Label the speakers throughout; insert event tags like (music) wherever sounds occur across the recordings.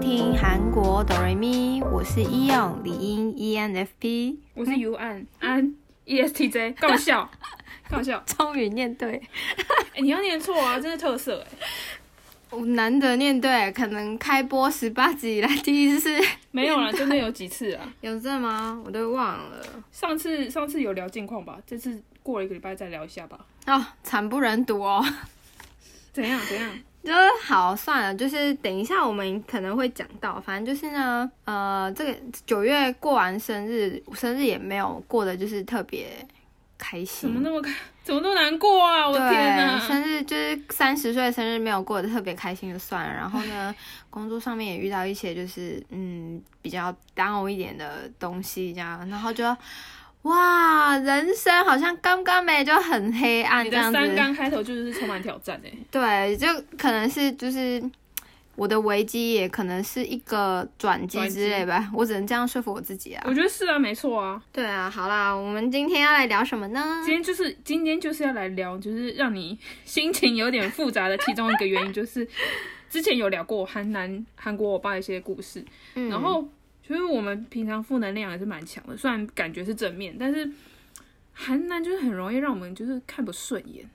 Speaker 1: 听韩国哆瑞咪，我是伊勇李英，E ENFP，
Speaker 2: 我是 U 安嗯安 E ESTJ，搞笑， (laughs) 搞笑！
Speaker 1: (laughs) 终于念对，
Speaker 2: 哎、你要念错啊，这是特色哎、
Speaker 1: 我难得念对，可能开播十八集以来第一次，
Speaker 2: 没有啦，真的有几次 (laughs) 啊。
Speaker 1: 有这吗？我都忘了
Speaker 2: 上次上次有聊近况吧，这次过了一个礼拜再聊一下吧。
Speaker 1: 哦，惨不忍睹哦。
Speaker 2: 怎样怎样？
Speaker 1: (laughs) 就是好算了，就是等一下我们可能会讲到，反正就是呢，呃，这个九月过完生日，生日也没有过得就是特别开
Speaker 2: 怎
Speaker 1: 心，
Speaker 2: 么那么开怎么那么难过啊？我的天哪、
Speaker 1: 对，生日就是三十岁的生日没有过得特别开心就算了，然后呢，工作上面也遇到一些就是嗯比较 down 一点的东西这样，然后就哇，人生好像刚刚没就很黑暗
Speaker 2: 你
Speaker 1: 这
Speaker 2: 的
Speaker 1: 样
Speaker 2: 三
Speaker 1: 子，
Speaker 2: 刚开头就是充满挑战哎、 (laughs)
Speaker 1: 对，就可能是就是。我的危机也可能是一个转机
Speaker 2: 转
Speaker 1: 之类吧，我只能这样说服我自己啊。
Speaker 2: 我觉得是啊，没错啊。
Speaker 1: 对啊，好啦，我们今天要来聊什么呢？
Speaker 2: 今天就是今天就是要来聊，就是让你心情有点复杂的其中一个原因，就是之前有聊过韩南韩国欧巴一些故事，
Speaker 1: 嗯
Speaker 2: 然后其实我们平常负能量也是蛮强的，虽然感觉是正面，但是韩南就是很容易让我们就是看不顺眼。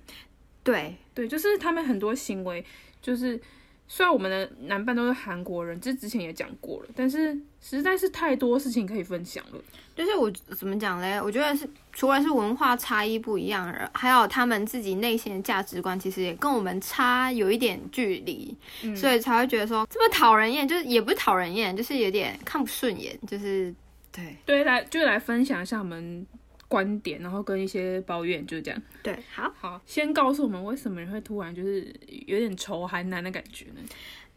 Speaker 1: 对，
Speaker 2: 对，就是他们很多行为，就是虽然我们的男伴都是韩国人，这之前也讲过了，但是实在是太多事情可以分享了。
Speaker 1: 就是我怎么讲嘞？我觉得是除了是文化差异不一样，然还有他们自己内心的价值观，其实也跟我们差有一点距离，
Speaker 2: 嗯
Speaker 1: 所以才会觉得说这么讨人厌，就是也不是讨人厌，就是有点看不顺眼，就是对
Speaker 2: 对，来就来分享一下我们观点，然后跟一些抱怨，就是这样。
Speaker 1: 对。好，
Speaker 2: 好，先告诉我们为什么你会突然就是有点仇韩男的感觉呢？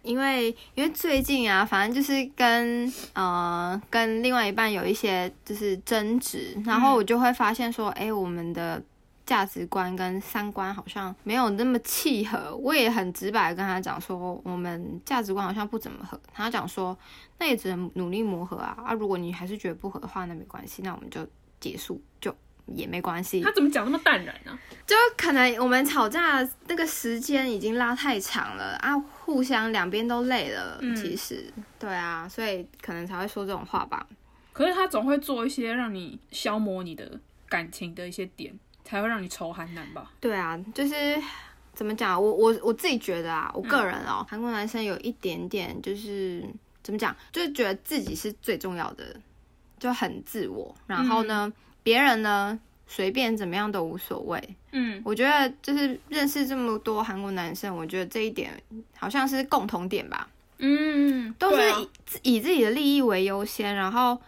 Speaker 1: 因为因为最近啊，反正就是跟呃跟另外一半有一些就是争执，然后我就会发现说，哎、我们的。价值观跟三观好像没有那么契合，我也很直白地跟他讲说，我们价值观好像不怎么合。他讲说，那也只能努力磨合啊啊！如果你还是觉得不合的话，那没关系，那我们就结束，就也没关系。
Speaker 2: 他怎么讲那么淡然呢、啊
Speaker 1: 就可能我们吵架的那个时间已经拉太长了啊，互相两边都累了，
Speaker 2: 嗯
Speaker 1: 其实对啊，所以可能才会说这种话吧。
Speaker 2: 可是他总会做一些让你消磨你的感情的一些点，才会让你仇韩男吧？
Speaker 1: 对啊，就是怎么讲，我我我自己觉得啊，我个人哦，韩国男生有一点点就是怎么讲，就是觉得自己是最重要的，就很自我，然后呢，别人呢随便怎么样都无所谓，
Speaker 2: 嗯，
Speaker 1: 我觉得就是认识这么多韩国男生，我觉得这一点好像是共同点吧，
Speaker 2: 嗯，
Speaker 1: 都是
Speaker 2: 对
Speaker 1: 以,、
Speaker 2: 啊
Speaker 1: 以自己的利益为优先，然后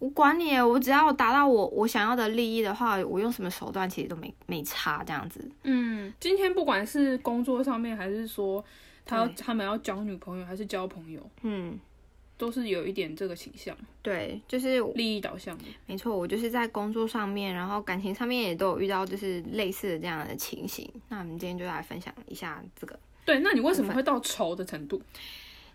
Speaker 1: 我管你耶，我只要达到我我想要的利益的话，我用什么手段其实都没没差这样子。
Speaker 2: 嗯，今天不管是工作上面，还是说他要
Speaker 1: 对
Speaker 2: 他们要交女朋友，还是交朋友，
Speaker 1: 嗯，
Speaker 2: 都是有一点这个倾向，
Speaker 1: 对，就是
Speaker 2: 利益导向的。
Speaker 1: 没错，我就是在工作上面，然后感情上面也都有遇到就是类似的这样的情形。那我们今天就来分享一下这个。
Speaker 2: 对，那你为什么会到仇的程度？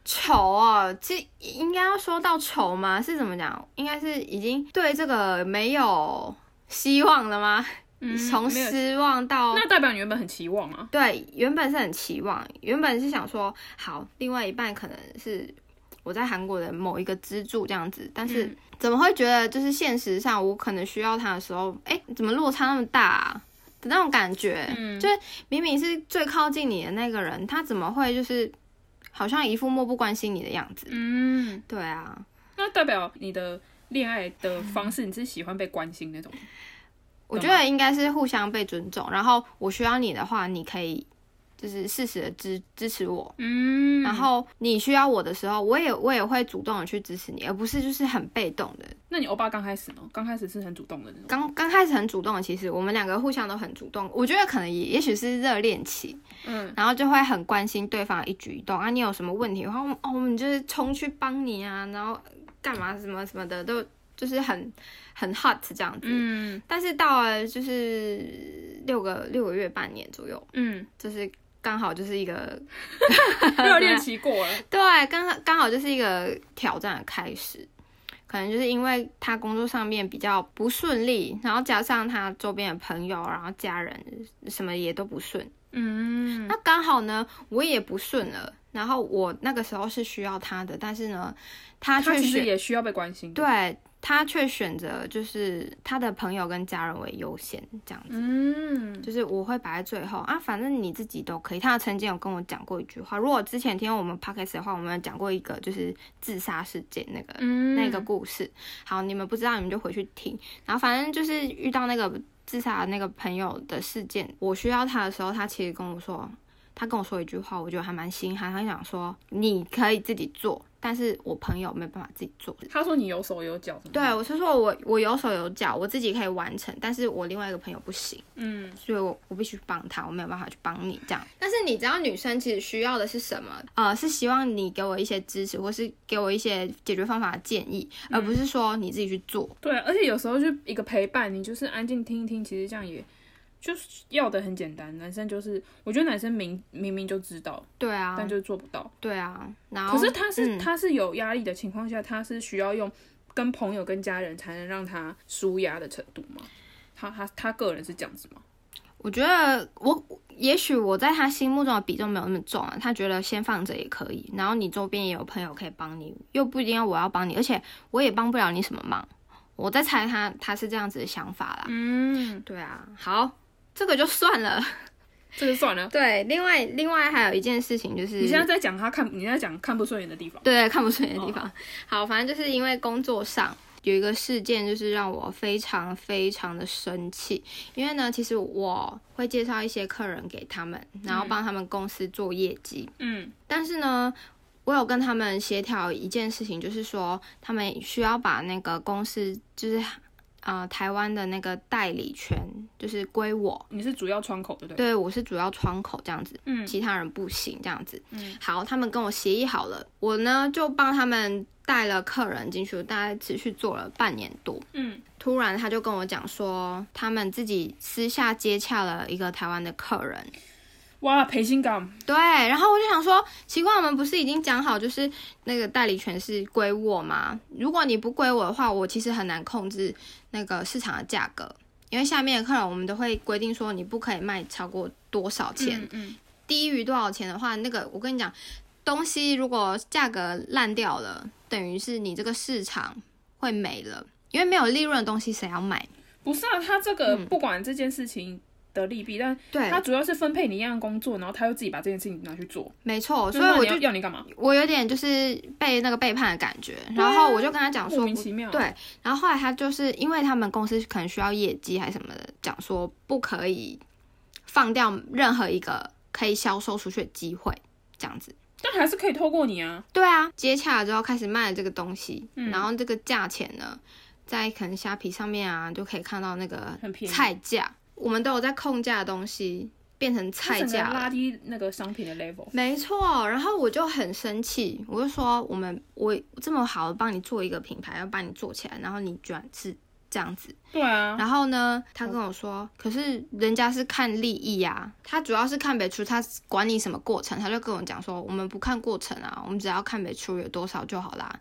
Speaker 1: 丑哦，其实应该要说到丑吗？是怎么讲？应该是已经对这个没有希望了吗？
Speaker 2: 嗯，
Speaker 1: 从
Speaker 2: 没有，
Speaker 1: 失望到
Speaker 2: 那代表你原本很期望啊。
Speaker 1: 对，原本是很期望，原本是想说好，另外一半可能是我在韩国的某一个支柱这样子，但是
Speaker 2: 嗯
Speaker 1: 怎么会觉得就是现实上我可能需要他的时候，哎，怎么落差那么大、啊、的那种感觉？
Speaker 2: 嗯
Speaker 1: 就是明明是最靠近你的那个人，他怎么会就是好像一副漠不关心你的样子？
Speaker 2: 嗯，
Speaker 1: 对啊，
Speaker 2: 那代表你的恋爱的方式，你是喜欢被关心那种。
Speaker 1: 我觉
Speaker 2: 懂
Speaker 1: 得应该是互相被尊重，然后我需要你的话，你可以就是适时的支支持我，
Speaker 2: 嗯
Speaker 1: 然后你需要我的时候，我也我也会主动的去支持你，而不是就是很被动的。
Speaker 2: 那你欧巴刚开始呢？刚开始是很主动的那种。
Speaker 1: 刚刚开始很主动的，其实我们两个互相都很主动。我觉得可能也也许是热恋期，
Speaker 2: 嗯，
Speaker 1: 然后就会很关心对方的一举一动啊。你有什么问题的话，我们哦，我们就是冲去帮你啊，然后干嘛什么什么的，都就是很很 hot 这样子。
Speaker 2: 嗯
Speaker 1: 但是到了就是六个六个月半年左右，
Speaker 2: 嗯，
Speaker 1: 就是刚好就是一个
Speaker 2: (laughs) 热恋期过了。
Speaker 1: 对，刚好刚好就是一个挑战的开始，可能就是因为他工作上面比较不顺利，然后加上他周边的朋友，然后家人什么也都不顺，
Speaker 2: 嗯
Speaker 1: 那刚好呢我也不顺了，然后我那个时候是需要他的，但是呢，他
Speaker 2: 他
Speaker 1: 却
Speaker 2: 其实
Speaker 1: 选
Speaker 2: 也啊需要被关心。，
Speaker 1: 对他却选择就是他的朋友跟家人为优先这样子。
Speaker 2: 嗯，
Speaker 1: 就是我会摆在最后啊，反正你自己都可以。他曾经有跟我讲过一句话，如果之前听我们 podcast 的话，我们有讲过一个就是自杀事件那个、
Speaker 2: 嗯
Speaker 1: 那个故事。好，你们不知道你们就回去听。然后反正就是遇到那个自杀的那个朋友的事件，我需要他的时候，他其实跟我说，他跟我说一句话，我觉得还蛮心寒。他想说你可以自己做，但是我朋友没办法自己做。
Speaker 2: 他说你有手有脚，
Speaker 1: 对，，啊我是说我我有手有脚，我自己可以完成，但是我另外一个朋友不行。
Speaker 2: 嗯，
Speaker 1: 所以我我必须帮他，我没有办法去帮你这样。但是你知道女生其实需要的是什么？呃，是希望你给我一些支持，或是给我一些解决方法的建议，而不是说你自己去做。
Speaker 2: 对，啊而且有时候就一个陪伴，你就是安静听一听，其实这样也就是要的很简单。男生就是，我觉得男生明明明就知道，
Speaker 1: 对啊
Speaker 2: 但，就做不到。
Speaker 1: 对啊。然后
Speaker 2: 可是他是、
Speaker 1: 嗯
Speaker 2: 他是有压力的情况下，他是需要用跟朋友跟家人才能让他舒压的程度吗？他他他个人是这样子吗？
Speaker 1: 我觉得我也许我在他心目中的比重没有那么重啊，他觉得先放着也可以，然后你周边也有朋友可以帮你，又不一定要我要帮你，而且我也帮不了你什么忙。我在猜他他是这样子的想法啦。
Speaker 2: 嗯，
Speaker 1: 对啊，好，这个就算了。
Speaker 2: 这个算了。
Speaker 1: 对，另外另外还有一件事情就是，
Speaker 2: 你现在哦在讲他看，你在讲看不顺眼的地方。
Speaker 1: 对看不顺眼的地方， (laughs) 好，反正就是因为工作上有一个事件，就是让我非常非常的生气。因为呢，其实我会介绍一些客人给他们，然后帮他们公司做业绩，
Speaker 2: 嗯
Speaker 1: 但是呢。我有跟他们协调一件事情，就是说他们需要把那个公司，就是啊、呃台湾的那个代理权，就是归我，
Speaker 2: 你是主要窗口，对不对？
Speaker 1: 对我是主要窗口这样子，
Speaker 2: 嗯
Speaker 1: 其他人不行这样子。
Speaker 2: 嗯，
Speaker 1: 好，他们跟我协议好了，我呢就帮他们带了客人进去，我大概持续做了半年多。
Speaker 2: 嗯
Speaker 1: 突然他就跟我讲说，他们自己私下接洽了一个台湾的客人，
Speaker 2: 哇，培心岗，
Speaker 1: 对，然后我就想说，奇怪，我们不是已经讲好，就是那个代理权是归我吗？如果你不归我的话，我其实很难控制那个市场的价格，因为下面的客人我们都会规定说，你不可以卖超过多少钱，
Speaker 2: 嗯嗯，
Speaker 1: 低于多少钱的话，那个我跟你讲，东西如果价格烂掉了，等于是你这个市场会没了，因为没有利润的东西谁要买？
Speaker 2: 不是啊，他这个不管这件事情的利弊，但
Speaker 1: 嗯对
Speaker 2: 他，主要是分配你一样工作，然后他又自己把这件事情拿去做，
Speaker 1: 没错，哦所以
Speaker 2: 那
Speaker 1: 我
Speaker 2: 你要
Speaker 1: 就
Speaker 2: 要你干嘛？
Speaker 1: 我有点就是被那个背叛的感觉，然后我就跟他讲
Speaker 2: 莫
Speaker 1: 说
Speaker 2: 名其妙。
Speaker 1: 对，然后后来他就是因为他们公司可能需要业绩还是什么的，讲说不可以放掉任何一个可以销售出去的机会，这样子。
Speaker 2: 但还是可以透过你啊。
Speaker 1: 对啊，接洽了之后开始卖了这个东西，
Speaker 2: 嗯
Speaker 1: 然后这个价钱呢，在可能虾皮上面啊就可以看到那个
Speaker 2: 很便宜
Speaker 1: 菜价，我们都有在控价的东西变成
Speaker 2: 他
Speaker 1: 菜
Speaker 2: 整个
Speaker 1: 价了。
Speaker 2: 拉低那个商品的 level。
Speaker 1: 没错，然后我就很生气，我就说我们我这么好帮你做一个品牌，要帮你做起来，然后你居然是这样子。
Speaker 2: 对啊，
Speaker 1: 然后呢，他跟我说，可是人家是看利益啊，他主要是看北出，他管你什么过程，他就跟我讲说，我们不看过程啊，我们只要看北出有多少就好啦。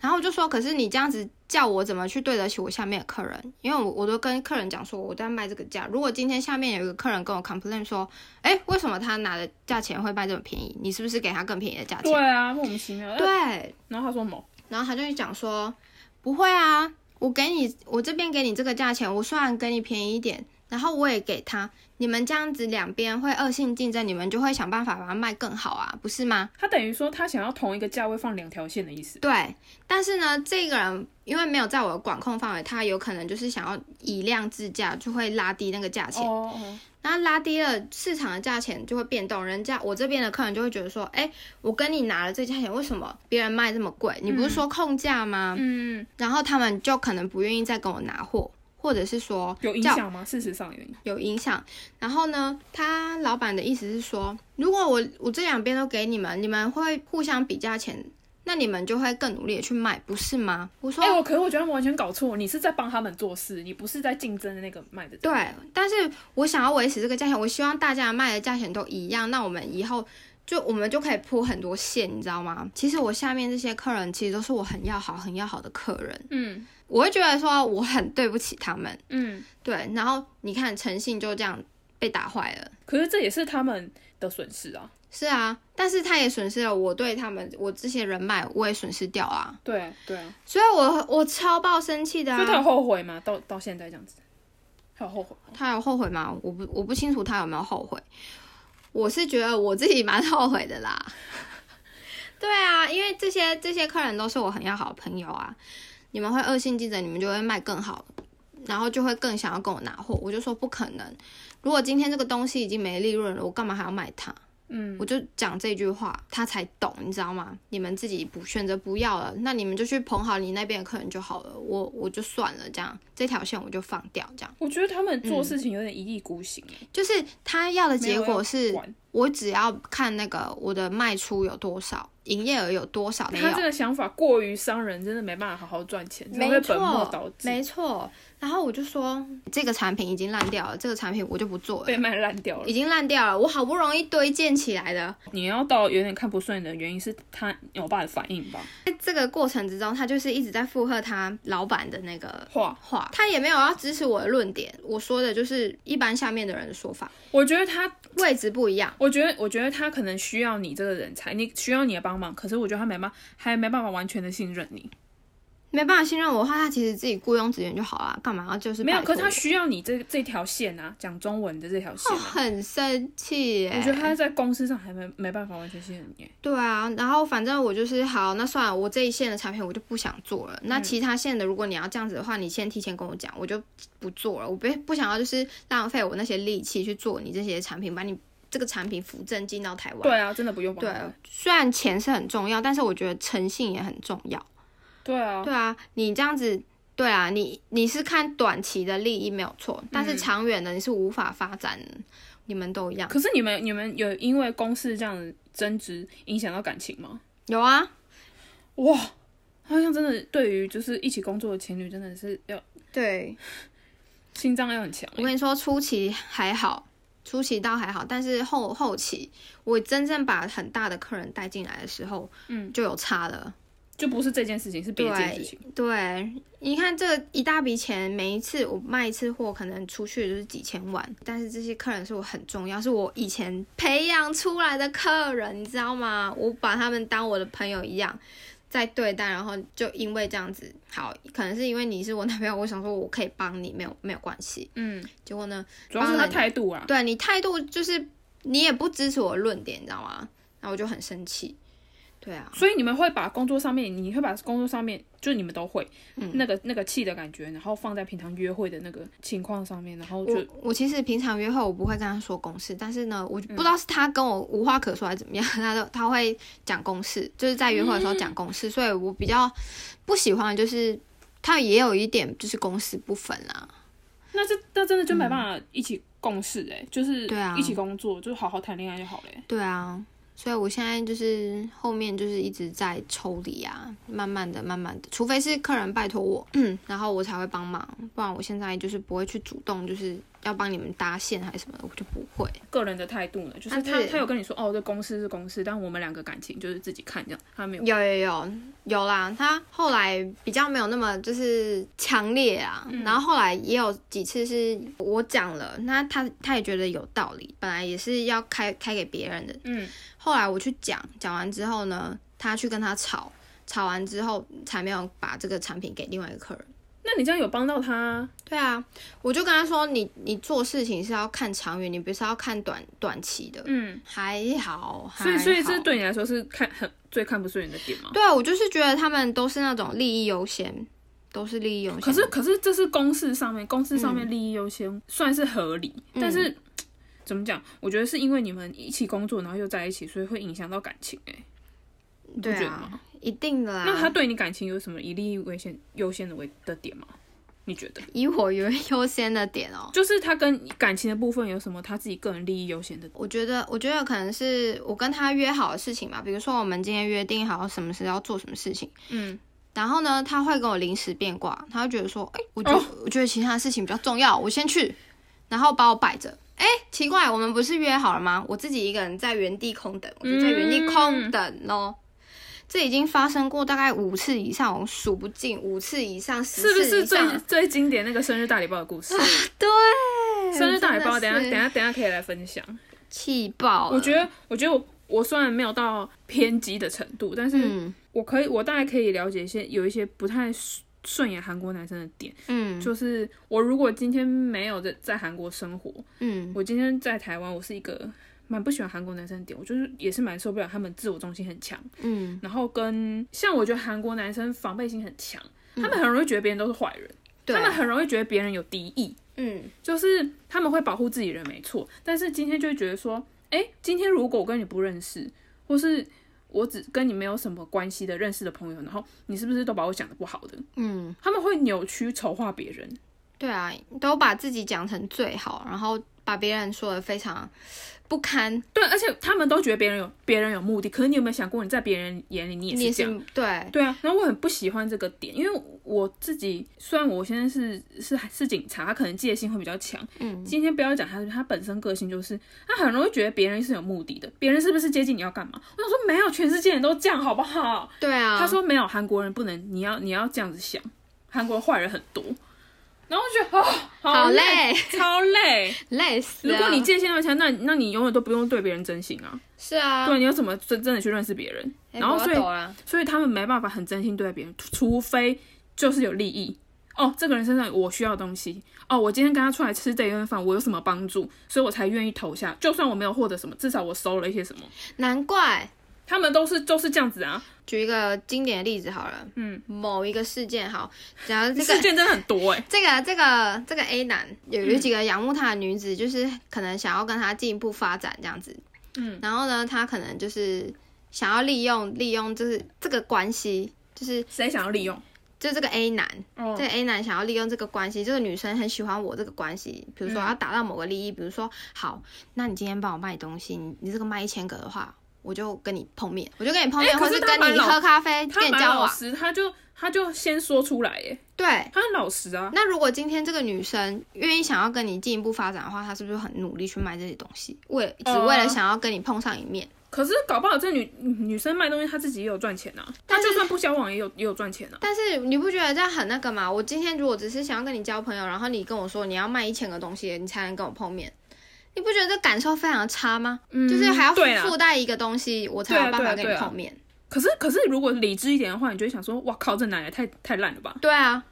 Speaker 1: 然后我就说，可是你这样子叫我怎么去对得起我下面的客人？因为我我都跟客人讲说，我在卖这个价，如果今天下面有一个客人跟我 complain 说，哎，为什么他拿的价钱会卖这么便宜？你是不是给他更便宜的价
Speaker 2: 对
Speaker 1: 钱？
Speaker 2: 啊，莫名其妙。呃
Speaker 1: 对，
Speaker 2: 然后他说某，
Speaker 1: 然后他就会讲说，不会啊，我给你，我这边给你这个价钱，我虽然给你便宜一点，然后我也给他，你们这样子两边会恶性竞争，你们就会想办法把它卖更好啊，不是吗？
Speaker 2: 他等于说他想要同一个价位放两条线的意思。
Speaker 1: 对，但是呢，这个人因为没有在我的管控范围，他有可能就是想要以量制价，就会拉低那个价钱。
Speaker 2: 哦哦，
Speaker 1: 那拉低了市场的价钱就会变动，人家我这边的客人就会觉得说，哎，我跟你拿了这价钱，为什么别人卖这么贵？你不是说控价吗？
Speaker 2: 嗯，
Speaker 1: 然后他们就可能不愿意再跟我拿货，或者是说
Speaker 2: 有影
Speaker 1: 叫
Speaker 2: 响吗？事实上有影响。
Speaker 1: 有影响。然后呢，他老板的意思是说，如果我我这两边都给你们，你们会互相比价钱，那你们就会更努力的去卖，不是吗？我说、
Speaker 2: 哎，我可是我觉得他们完全搞错，你是在帮他们做事，你不是在竞争的那个卖的。
Speaker 1: 对，但是我想要维持这个价钱，我希望大家卖的价钱都一样，那我们以后。就我们就可以铺很多线，你知道吗？其实我下面这些客人其实都是我很要好、很要好的客人，
Speaker 2: 嗯
Speaker 1: 我会觉得说我很对不起他们，
Speaker 2: 嗯，
Speaker 1: 对，然后你看诚信就这样被打坏了。
Speaker 2: 可是这也是他们的损失啊。
Speaker 1: 是啊，但是他也损失了我对他们，我这些人脉我也损失掉啊，
Speaker 2: 对对啊，
Speaker 1: 所以我我超爆生气的
Speaker 2: 所以他有
Speaker 1: 啊。
Speaker 2: 后悔吗？到到现在这样子，他有后悔吗？
Speaker 1: 他有后悔吗？我不我不清楚他有没有后悔，我是觉得我自己蛮后悔的啦。 (laughs) 对啊，因为这些这些客人都是我很要好的朋友啊，你们会恶性竞争，你们就会卖更好，然后就会更想要跟我拿货。我就说不可能，如果今天这个东西已经没利润了，我干嘛还要买它？
Speaker 2: 嗯，
Speaker 1: 我就讲这句话，他才懂，你知道吗？你们自己不选择不要了，那你们就去捧好你那边的客人就好了，我我就算了，这样这条线我就放掉，这样
Speaker 2: 我觉得他们
Speaker 1: 嗯
Speaker 2: 做事情有点一意孤行、欸
Speaker 1: 就是他要的结果
Speaker 2: 没有
Speaker 1: 是
Speaker 2: 要管
Speaker 1: 我只要看那个我的卖出有多少，营业额有多少，没
Speaker 2: 他这
Speaker 1: 有。
Speaker 2: 个想法过于伤人，真的没办法好好赚钱，只
Speaker 1: 没
Speaker 2: 会本末倒
Speaker 1: 错，
Speaker 2: 置，
Speaker 1: 没错。然后我就说，这个产品已经烂掉了，这个产品我就不做了，
Speaker 2: 被卖烂掉了
Speaker 1: 已。经烂掉了。我好不容易堆建起来的，
Speaker 2: 你要到有点看不顺眼的原因是他老爸的反应吧？
Speaker 1: 在这个过程之中，他就是一直在附和他老板的那个
Speaker 2: 话，
Speaker 1: 话，他也没有要支持我的论点。我说的就是一般下面的人的说法，
Speaker 2: 我觉得他
Speaker 1: 位置不一样。
Speaker 2: 我觉得，我觉得他可能需要你这个人才，你需要你的帮忙。可是我觉得他没办法，还没办法完全的信任你。
Speaker 1: 没办法信任我的话，他其实自己雇佣职员就好啦，干嘛要就是
Speaker 2: 没有，
Speaker 1: 拜
Speaker 2: 可
Speaker 1: 托哎
Speaker 2: 是他需要你这这条线啊，
Speaker 1: (sighs)
Speaker 2: 讲中文的这条线
Speaker 1: 我
Speaker 2: 啊。
Speaker 1: 哦很生气耶、
Speaker 2: 我觉得他在公司上还没没办法完全信任你耶。
Speaker 1: 对啊，然后反正我就是好，那算了，我这一线的产品我就不想做
Speaker 2: 嗯
Speaker 1: 了。那其他线的，如果你要这样子的话，你先提前跟我讲，我就不做了。我不不想要就是浪费我那些力气去做你这些产品，把你这个产品扶正进到台湾。
Speaker 2: 对啊，真的不用帮
Speaker 1: 对
Speaker 2: 他。，
Speaker 1: 虽然钱是很重要，但是我觉得诚信也很重要。
Speaker 2: 对啊，
Speaker 1: 对啊，你这样子，对啊，你你是看短期的利益没有错，但是长远的你是无法发展的，你们都一样。
Speaker 2: 啊可是你们你们有因为公事这样的争执影响到感情吗？
Speaker 1: 有啊，
Speaker 2: 哇，好像真的对于就是一起工作的情侣，真的是要
Speaker 1: 对，
Speaker 2: 心脏要很强欸耶。
Speaker 1: 我跟你说，初期还好，初期倒还好，但是后后期，我真正把很大的客人带进来的时候，嗯，就有差了。
Speaker 2: 就不是这件事情，是别的件事情。
Speaker 1: 对，啊你看这一大笔钱，每一次我卖一次货，可能出去就是几千万，但是这些客人是我很重要，是我以前培养出来的客人，你知道吗？我把他们当我的朋友一样。在对待，然后就因为这样子，好，可能是因为你是我男朋友，我想说我可以帮你，没有没有关系。
Speaker 2: 嗯，
Speaker 1: 结果呢，
Speaker 2: 主要是他态度啊。
Speaker 1: 对你态度就是你也不支持我的论点，你知道吗？然后我就很生气。对啊，
Speaker 2: 所以你们会把工作上面，你会把工作上面，就你们都会、那个那个气的感觉，然后放在平常约会的那个情况上面，然后就
Speaker 1: 我我其实平常约会我不会跟他说公事，但是呢，我就不知道是他跟我无话可说还是怎么样， (laughs) 他都他会讲公事，就是在约会的时候讲公事，所以我比较不喜欢的就是他也有一点就是公私不分啦。
Speaker 2: 那这那真的就没办法一起共事哎、就是
Speaker 1: 对啊
Speaker 2: 一起工作，就好好谈恋爱就好了、欸。
Speaker 1: 对啊，所以我现在就是后面就是一直在抽离啊，慢慢的、慢慢的，除非是客人拜托我， (clears throat) 嗯，然后我才会帮忙，不然我现在就是不会去主动就是要帮你们搭线还是什么的，我就不会。
Speaker 2: 个人的态度呢，就是
Speaker 1: 但
Speaker 2: 他
Speaker 1: 是
Speaker 2: 他有跟你说哦，这公事是公事，但我们两个感情就是自己看这样，他没有。
Speaker 1: 有有有有啦，他后来比较没有那么就是强烈啊，
Speaker 2: 嗯
Speaker 1: 然后后来也有几次是我讲了，那他他也觉得有道理，本来也是要开开给别人的，
Speaker 2: 嗯，
Speaker 1: 后来我去讲，讲完之后呢，他去跟他吵，吵完之后才没有把这个产品给另外一个客人。
Speaker 2: 那你这样有帮到他？
Speaker 1: 对啊，我就跟他说，你你做事情是要看长远，你不是要看短短期的。
Speaker 2: 嗯，
Speaker 1: 还好，
Speaker 2: 所以所以
Speaker 1: 还好
Speaker 2: 这对你来说是看很最看不顺眼的点吗？
Speaker 1: 对啊我就是觉得他们都是那种利益优先，都是利益优先。啊
Speaker 2: 可是可是这是公事上面，公事上
Speaker 1: 嗯
Speaker 2: 面利益优先、算是合理，但是。怎么讲？我觉得是因为你们一起工作，然后又在一起，所以会影响到感情、欸。
Speaker 1: 对
Speaker 2: 不觉得
Speaker 1: 啊，一定的啦。
Speaker 2: 那他对你感情有什么以利益为先优先的为的点吗？你觉得？
Speaker 1: 以我为 (laughs) 优先的点哦、
Speaker 2: 就是他跟感情的部分有什么他自己个人利益优先的？
Speaker 1: 我觉得，我觉得可能是我跟他约好的事情吧，比如说我们今天约定好什么时候要做什么事情，
Speaker 2: 嗯，
Speaker 1: 然后呢，他会跟我临时变卦，他会觉得说，哎、我觉得、
Speaker 2: 哦
Speaker 1: 我觉得其他的事情比较重要，我先去，然后把我摆着。哎、奇怪，我们不是约好了吗？我自己一个人在原地空等，我就在原地空等咯。
Speaker 2: 嗯
Speaker 1: 这已经发生过大概五次以上，我数不尽，五次以上，十
Speaker 2: 是不
Speaker 1: 次
Speaker 2: 是
Speaker 1: 以
Speaker 2: 最
Speaker 1: 上。
Speaker 2: (laughs) 最经典那个生日大礼包的故事？
Speaker 1: (laughs) 对，
Speaker 2: 生日大礼包，等
Speaker 1: 真
Speaker 2: 一下
Speaker 1: 的是啊
Speaker 2: 等一下等一下可以来分享。
Speaker 1: 气爆了！
Speaker 2: 我觉得，我觉得我我虽然没有到偏激的程度，但是
Speaker 1: 嗯
Speaker 2: 我可以，我大概可以了解一些有一些不太顺顺眼韩国男生的点。
Speaker 1: 嗯
Speaker 2: 就是我如果今天没有在在韩国生活，
Speaker 1: 嗯
Speaker 2: 我今天在台湾，我是一个蛮不喜欢韩国男生的点，我就是也是蛮受不了他们自我中心很强，
Speaker 1: 嗯，
Speaker 2: 然后跟像我觉得韩国男生防备心很强，他们很容易觉得别人都是坏人，
Speaker 1: 嗯对啊
Speaker 2: 他，们很容易觉得别人有敌意，
Speaker 1: 嗯
Speaker 2: 就是他们会保护自己人没错，但是今天就会觉得说，哎、今天如果我跟你不认识，或是我只跟你没有什么关系的认识的朋友，然后你是不是都把我讲的不好的？
Speaker 1: 嗯，
Speaker 2: 他们会扭曲丑化别人，
Speaker 1: 对啊，都把自己讲成最好，然后把别人说的非常不堪，
Speaker 2: 对，而且他们都觉得别人有别人有目的，可是你有没有想过，你在别人眼里你也
Speaker 1: 你
Speaker 2: 是
Speaker 1: 也
Speaker 2: 这样？
Speaker 1: 是对，
Speaker 2: 对啊，然后我很不喜欢这个点，因为我自己虽然我现在是是是警察，他可能戒心会比较强。
Speaker 1: 嗯
Speaker 2: 今天不要讲他，他本身个性就是他很容易觉得别人是有目的的，别人是不是接近你要干嘛？我想说没有，全世界人都这样好不好？
Speaker 1: 对啊，
Speaker 2: 他说没有，韩国人不能，你要你要这样子想，韩国坏人很多。然后我就觉得哦，
Speaker 1: 好
Speaker 2: 累，
Speaker 1: 累，
Speaker 2: 超
Speaker 1: (laughs)
Speaker 2: 累。
Speaker 1: 累死啊
Speaker 2: 如
Speaker 1: 了。
Speaker 2: 果你戒心那么强，那那你永远都不用对别人真心啊。
Speaker 1: 是啊，
Speaker 2: 对，你要怎么真真的去认识别人？
Speaker 1: 哎
Speaker 2: 然后
Speaker 1: 我要
Speaker 2: 所以
Speaker 1: 抖了
Speaker 2: 所以他们没办法很真心对待别人，除除非就是有利益。哦，这个人身上有我需要的东西。哦，我今天跟他出来吃这一顿饭，我有什么帮助，所以我才愿意投下。就算我没有获得什么，至少我收了一些什么。
Speaker 1: 难怪。
Speaker 2: 他们都是就是这样子啊，
Speaker 1: 举一个经典的例子好了，
Speaker 2: 嗯，
Speaker 1: 某一个事件好，假如这个
Speaker 2: 事件真的很多哎、
Speaker 1: 这个这个这个 A 男
Speaker 2: 嗯
Speaker 1: 有有几个仰慕他的女子，就是可能想要跟他进一步发展这样子。
Speaker 2: 嗯，
Speaker 1: 然后呢，他可能就是想要利用利用就是这个关系，就是
Speaker 2: 谁想要利用？
Speaker 1: 就这个 A 男，
Speaker 2: 哦
Speaker 1: 这个 A 男想要利用这个关系，这个女生很喜欢我这个关系，比如说
Speaker 2: 嗯
Speaker 1: 要达到某个利益，比如说好，那你今天帮我卖东西，你你这个卖一千个的话，我就跟你碰面，我就跟你碰面，
Speaker 2: 哎可
Speaker 1: 或
Speaker 2: 是
Speaker 1: 是
Speaker 2: 他
Speaker 1: 跟
Speaker 2: 蛮
Speaker 1: 你
Speaker 2: 老
Speaker 1: 喝咖啡，
Speaker 2: 他
Speaker 1: 跟你
Speaker 2: 蛮
Speaker 1: 交
Speaker 2: 老啊
Speaker 1: 往，
Speaker 2: 实，他就他就先说出来耶、
Speaker 1: 对。
Speaker 2: 他很老实啊。
Speaker 1: 那如果今天这个女生愿意想要跟你进一步发展的话，她是不是很努力去卖这些东西，为只
Speaker 2: 哦
Speaker 1: 为了想要跟你碰上一面？
Speaker 2: 可是搞不好这女女生卖东西，她自己也有赚钱啊。她
Speaker 1: 但是
Speaker 2: 就算不交往，也有也有赚钱啊。
Speaker 1: 但是你不觉得这样很那个吗？我今天如果只是想要跟你交朋友，然后你跟我说你要卖一千个东西，你才能跟我碰面，你不觉得这感受非常差吗？
Speaker 2: 嗯
Speaker 1: 就是还要
Speaker 2: 对啊
Speaker 1: 附带一个东西，我才
Speaker 2: 对啊
Speaker 1: 有办
Speaker 2: 对啊
Speaker 1: 法跟
Speaker 2: 对
Speaker 1: 你
Speaker 2: 啊
Speaker 1: 碰面。
Speaker 2: 可是可是如果理智一点的话，你就会想说，哇靠，这男的太太烂了吧？
Speaker 1: 对啊，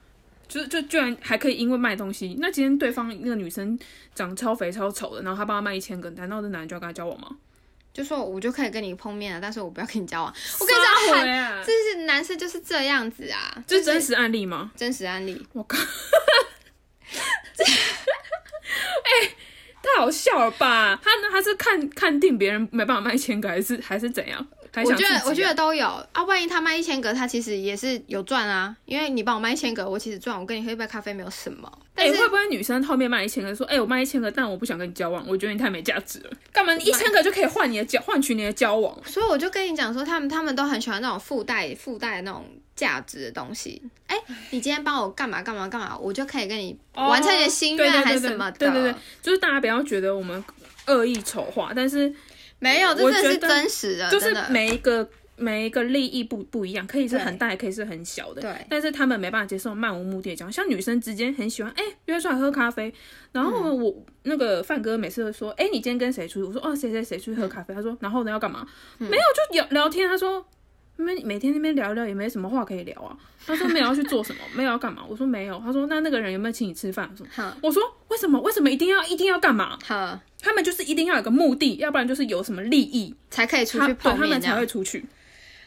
Speaker 2: 就是就居然还可以因为卖东西，那今天对方那个女生长得超肥超丑的，然后他帮她卖一千个，难道这男的就要跟她交往吗？
Speaker 1: 就说我就可以跟你碰面了，但是我不要跟你交
Speaker 2: (laughs)
Speaker 1: 往。
Speaker 2: 我
Speaker 1: 跟你讲很
Speaker 2: 啊
Speaker 1: 这是男生就是这样子啊，
Speaker 2: 这
Speaker 1: 就是
Speaker 2: 真
Speaker 1: 是
Speaker 2: 实案例吗？
Speaker 1: 真实案例。
Speaker 2: 我靠！哎、太好笑了吧？他呢？他是看看定别人没办法卖一千个，还是还是怎样？还
Speaker 1: 我
Speaker 2: 想
Speaker 1: 觉
Speaker 2: 自己
Speaker 1: 得
Speaker 2: 啊
Speaker 1: 我觉得都有啊，万一他卖一千个，他其实也是有赚啊，因为你帮我卖一千个，我其实赚，我跟你喝一杯咖啡没有什么。但
Speaker 2: 哎、
Speaker 1: 是
Speaker 2: 会不会女生后面卖一千个，说，哎、我卖一千个，但我不想跟你交往，我觉得你太没价值了。干嘛？一千个就可以换你的交，换取你的交往？
Speaker 1: 所以我就跟你讲说，他们他们都很喜欢那种附带附带那种价值的东西。哎、你今天帮我干嘛干嘛干嘛，我就可以跟你
Speaker 2: 哦
Speaker 1: 完成你的心
Speaker 2: 对对
Speaker 1: 愿
Speaker 2: 对
Speaker 1: 还是
Speaker 2: 对
Speaker 1: 什么的。
Speaker 2: 对对对，就是大家不要觉得我们恶意丑化，但是
Speaker 1: 没有，这
Speaker 2: 我
Speaker 1: 真的是
Speaker 2: 觉得
Speaker 1: 真实的，
Speaker 2: 就是
Speaker 1: 呃真的
Speaker 2: 每一个每一个利益不不一样，可以是
Speaker 1: 对
Speaker 2: 很大，也可以是很小的。
Speaker 1: 对
Speaker 2: 但是他们没办法接受漫无目的的交往，像女生之间很喜欢，哎、约出来喝咖啡，然后
Speaker 1: 嗯
Speaker 2: 呢我、那个范哥每次都说，哎、你今天跟谁出去？我说哦，谁谁谁出去喝咖啡。他说，然后呢要干嘛？
Speaker 1: 嗯
Speaker 2: 没有，就聊聊天。他说。每每天那边聊一聊也没什么话可以聊啊。他说没有要去
Speaker 1: (laughs)
Speaker 2: 做什么，没有要干嘛。我说没有。他说那那个人有没有请你吃饭？我说
Speaker 1: 好
Speaker 2: 我说为什么为什么一定要一定要干嘛？
Speaker 1: 好
Speaker 2: 他们就是一定要有个目的，要不然就是有什么利益，
Speaker 1: 才可以出
Speaker 2: 他
Speaker 1: 去
Speaker 2: 对
Speaker 1: 碰
Speaker 2: 他
Speaker 1: 面
Speaker 2: 们
Speaker 1: 这
Speaker 2: 才会
Speaker 1: 样。
Speaker 2: 出去。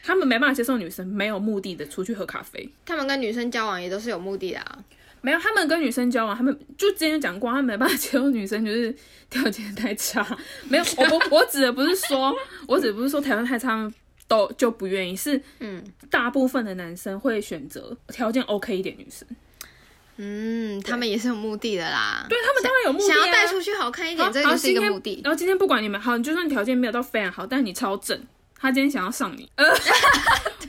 Speaker 2: 他们没办法接受女生没有目的的出去喝咖啡，
Speaker 1: 他们跟女生交往也都是有目的的、啊，
Speaker 2: 没有他们跟女生交往，他们就之前讲过，他们没办法接受女生就是条件太差。没有，我不我指的不是说， (laughs) 我指的不是说条件太差，他们都就不愿意，是
Speaker 1: 嗯
Speaker 2: 大部分的男生会选择条件 OK 一点女生。
Speaker 1: 嗯，他们也是有目的的啦。
Speaker 2: 对他们当然有目的、啊，
Speaker 1: 想要带出去好看一点，
Speaker 2: 好
Speaker 1: 这
Speaker 2: 好
Speaker 1: 就是一个
Speaker 2: 今天
Speaker 1: 目的。
Speaker 2: 然后今天不管你们好，你就算条件没有到非常好，但你超正，他今天想要上你，呃， (laughs)